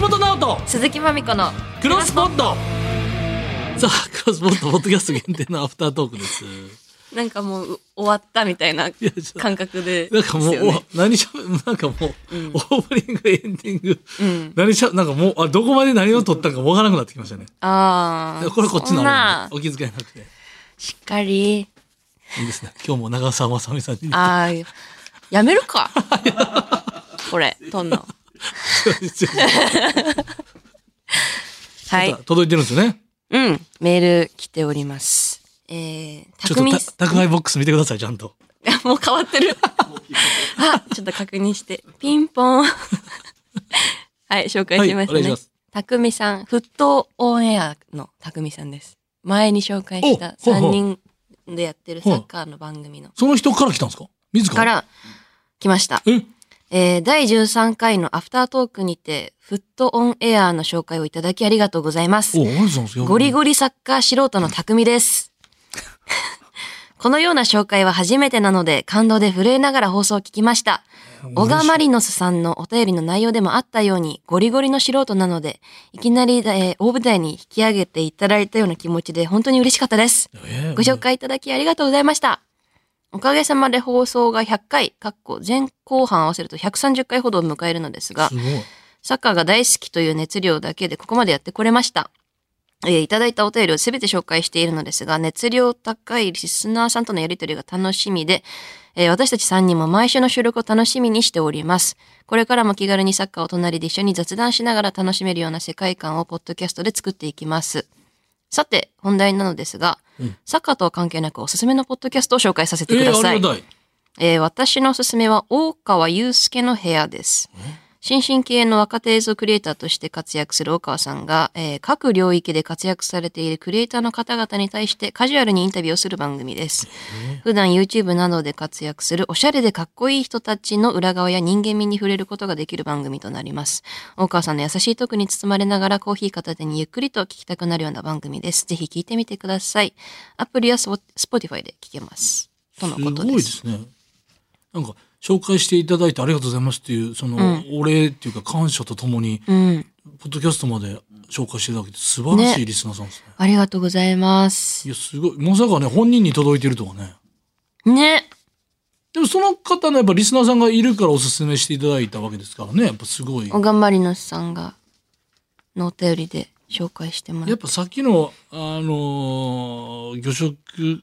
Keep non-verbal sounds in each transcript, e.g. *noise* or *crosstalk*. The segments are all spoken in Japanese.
橋本直人鈴木まみこのクロスポットさあクロスポットポッドキャスト限定のアフタートークですなんかもう終わったみたいなやちょ感覚でなんかもう、ですよねお何しゃべなんかもう、うんオープニングエンディング、うん何しゃなんかもうあどこまで何を取ったかわからなくなってきましたねああこれこっちのそんなお気遣いなくてしっかりいいですね今日も長澤まさみさんにああやめ *laughs* るかこれとんのはい届いてるんですよねうんメール来ておりますえー、ちょっ匠とた *laughs* 宅配ボックス見てくださいちゃんといやもう変わってる。あ、ちょっと確認して。ピン *laughs* ポン。はい、紹介しますはいお願いしねます。たくみさん、沸騰オンエアのたくみさんです。前に紹介したおほうほ3う人でやってるサッカーの番組の。その人から来たんですか自らから来ました。ええー第13回のアフタートークにて、フットオンエアの紹介をいただきありがとうございますお。ありがとうございますゴリリゴリサッカー素人の匠です。 *laughs* このような紹介は初めてなので、感動で震えながら放送を聞きました。小川マリノスさんのお便りの内容でもあったように、ゴリゴリの素人なので、いきなり、えー大舞台に引き上げていただいたような気持ちで、本当に嬉しかったです。えーご紹介いただきありがとうございました。おかげさまで放送が100回、かっこ前後半合わせると130回ほどを迎えるのですがす、ごいサッカーが大好きという熱量だけでここまでやってこれました。えーいただいたお便りをすべて紹介しているのですが、熱量高いリスナーさんとのやりとりが楽しみで、えー私たち3人も毎週の収録を楽しみにしております。これからも気軽にサッカーを隣で一緒に雑談しながら楽しめるような世界観をポッドキャストで作っていきます。さて、本題なのですが、サッカーとは関係なくおすすめのポッドキャストを紹介させてくえだーあさいり。がたいえー私のおすすめは大川祐介の部屋です。新進系の若手映像クリエイターとして活躍する大川さんが、えー各領域で活躍されているクリエイターの方々に対してカジュアルにインタビューをする番組です。普段 YouTube などで活躍するおしゃれでかっこいい人たちの裏側や人間味に触れることができる番組となります。大川さんの優しいトークに包まれながらコーヒー片手にゆっくりと聞きたくなるような番組です。ぜひ聞いてみてください。アプリやスポ Spotify で聞けます。とのすこごといで。ですすねなんか紹介していただいてありがとうございますっていうその、お礼っていうか感謝とともに、うん。ポッドキャストまで紹介していただけて素晴らしいリスナーさんですねありがとうございますい。やすごいまさかね本人に届いてるとはねね。でもその方のやっぱリスナーさんがいるからおすすめしていただいたわけですからねやっぱすごい小川マリノスさんが、のお便りで紹介してもらやっっぱさっきのあのー魚食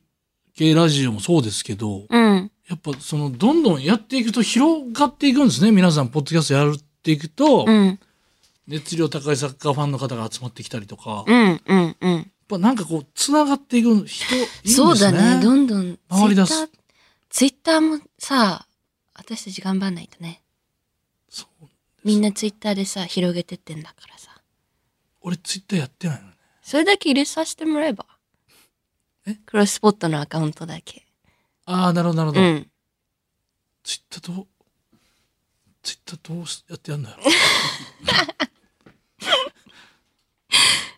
系ラジオもそうですけどうん。やっぱそのどんどんやっていくと広がっていくんですね皆さんポッドキャストやっていくと、うん。熱量高いサッカーファンの方が集まってきたりとか、やっうん。うん。うん。ぱなんかこうつながっていく人いいんですねそうだね。どんどん。回り出す。ツイッターもさ、私たち頑張んないとね。そうみんなツイッターでさ、広げてってんだからさ。俺ツイッターやってないのねそれだけ入れさせてもらえば。えクロスポットのアカウントだけ。ああなるほどなるほうど、ん。ツイッターどうツイッターどうやってやんのやろ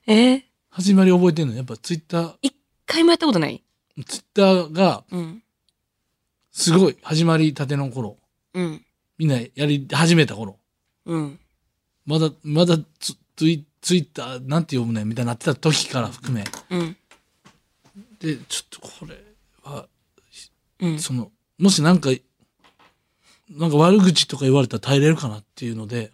えー、一始まり覚えてんのやっぱツイッター回もやったことないツイッターがうん。すごい始まりたての頃うん。みんなやり始めた頃うん。まだまだツツイツイッターなんて読むねんみたいになってた時から含めうん。でちょっとこれはうん。そのもしなんかなんか悪口とか言われたら耐えれるかなっていうので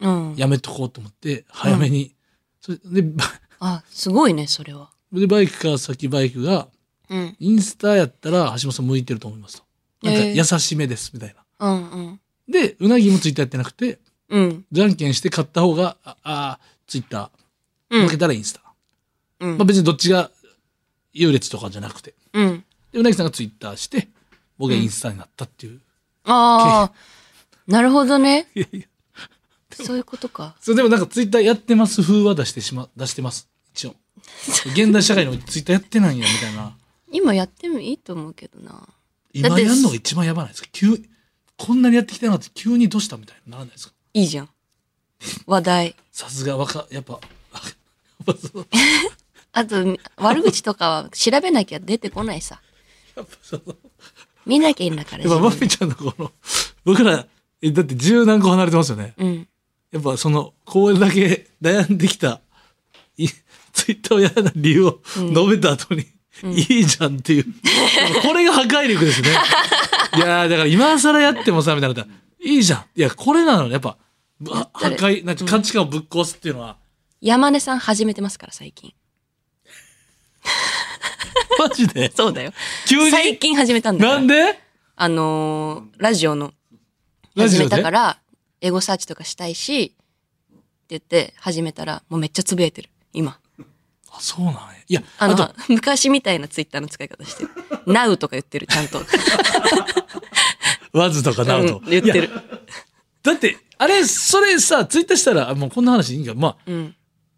うん。やめとこうと思って早めに、それでバあ、すごいね、それは。 *laughs* でバイクから先バイクがうん。インスタやったら橋本さん向いてると思いますとなんかえー優しめですみたいな、うんうん。でうなぎもツイッターやってなくてうん。じゃんけんして勝った方が、ああー、ツイッタうー、ん負けたらインスタ。うんまあ別にどっちが優劣とかじゃなくて。うん。で、うなぎさんがツイッターして、僕がインスタになったっていう。ああ。 *laughs* なるほどね。いやいや。そういうことか。それでもなんかツイッターやってます風は出してしま、出してます。一応。現代社会のツイッターやってないんや、みたいな。今やってもいいと思うけどな。 *laughs* だっ今てやんのが一番やばないですか急に、こんなにやってきたなって急にどうしたみたいにならないですかいいじゃん。話題。さすが若、やっぱ、やっぱそうあと、悪口とかは調べなきゃ出てこないさ。やっぱそう見なきゃいいんだから。やっぱ、自マ分フィちゃんのこの、僕ら、えだって十何個離れてますよね。うん。やっぱその、これだけ悩んできた、いツイッターをやらない理由を述べた後に、いいじゃんっていう。これが破壊力ですね。いやーだから今更やってもさ、みたいな。いいじゃん。いや、これなのね。やっぱ、ぶ破誰壊、なんか価値観をぶっ壊すっていうのは、山根さん始めてますから、最近。マジで。そうだよ。急最に近始めたんだから。なんであのーラジオの、ラジ始オめたでから、エゴサーチとかしたいし、って言って始めたら、もうめっちゃつぶやいてる、今。あそうなんや。いや、ああの、と、 *laughs* 昔みたいなツイッターの使い方してる。Now *laughs* とか言ってる、ちゃんと。わずと *laughs* かなると。うん言ってる。だって、あれ、それさ、ツイッターしたら、あもうこんな話いいんか。まあ、うん。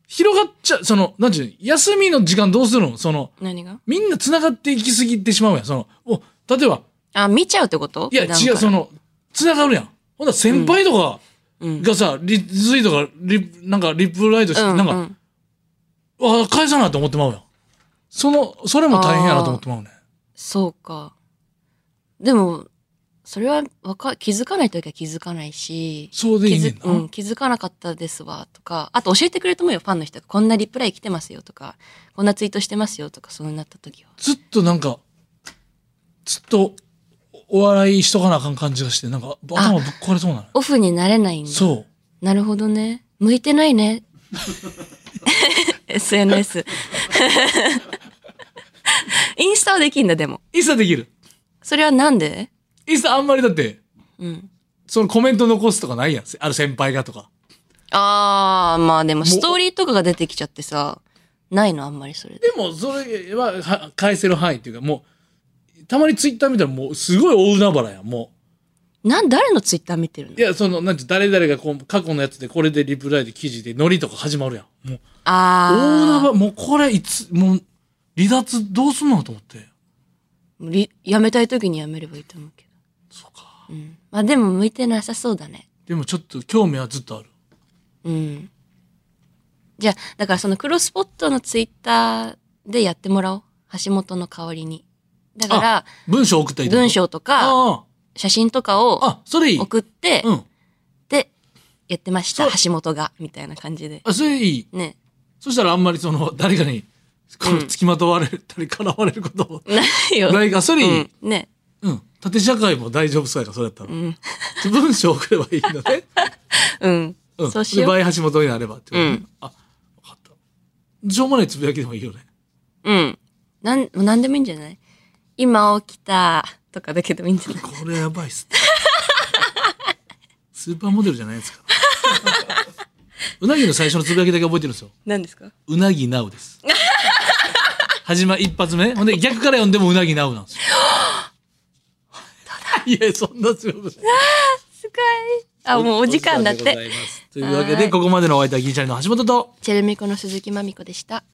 広がっちゃう、その、なんちゅうの、休みの時間どうするのその、何がみんな繋がっていきすぎてしまうやん。その、お、例えば、あ、見ちゃうってこといや、違う、その。の、繋がるやん。ほんなら先輩とかうん。がさ、リツイートが、リプ、なんか、リプライトして、うんなんうか、んあ、返さなと思ってまうやん。その、それも大変やなと思ってまうね。そうか。でも、それはわか、気づかないときは気づかないし、そうでい気いねんづな。うん、気づかなかったですわとか、あと教えてくれると思うよ、ファンの人が。こんなリプライ来てますよとか、こんなツイートしてますよとか、そうなったときは。ずっとなんか、ずっと、お笑いしとかなあかん感じがして、なんか、頭ぶっ壊れそうなの。オフになれないんだ。そう。なるほどね。向いてな *laughs* いね。SNS。インスタはできんだ、でも。インスタできる。それはなんでインスタあんまりだって、うん。そのコメント残すとかないやん。ある先輩がとか。あー、まあでもうストーリーとかが出てきちゃってさ、ないの、あんまりそれで。でも、それはは返せる範囲っていうか、もう、たまにツイッター見たらもう、すごい大海原やん、もなん、誰のツイッター見てるのう。いや、その、なんて、誰々がこう過去のやつで、これでリプライで記事で、ノリとか始まるやん。もう、あ大ー。海原、もうこれ、いつ、もう、離脱どうすんのと思って。りやめたい時にやめればいいと思うけど。そうか。うん。まあでも向いてなさそうだね。でも、ちょっと、興味はずっとある。うん。じゃあ、だからそのクロスポットのツイッターでやってもらおう。橋本の代わりに。だから、文章送ったりとか文章とか、あ写真とかあ、をあ、それいい。送って、うん。で、やってました。そう橋本が、みたいな感じで。あ、それいい。ね。そしたらあんまりその、誰かに、こうんう、付きまとわれたり、絡まれることもないよ。ないから、それいい。うん。うん、ね。縦社会も大丈夫そうやから、それやったらう。ん。文章送ればいいの *laughs* ね。うん。うん。そうしようで倍橋本になればってことねうんあ、分かった。しょうもないつぶやきでもいいよね。うん。なん、なんでもいいんじゃない今起きた、とかだけでもいい *laughs* んじゃないこれやばいっすね。スーパーモデルじゃないですか。 *laughs* うなぎの最初のつぶやきだけ覚えてるんですよ。何ですかうなぎなうです。始ま、一発目。ほんで、逆から読んでもうなぎなうなん *laughs* ですよ。いや、そんな強くない。すごい。あ、もうお時間だっお時間でごて。ざいますというわけで、ここまでのお相手はギリシャリの橋本と、チェルミコの鈴木まみこでした。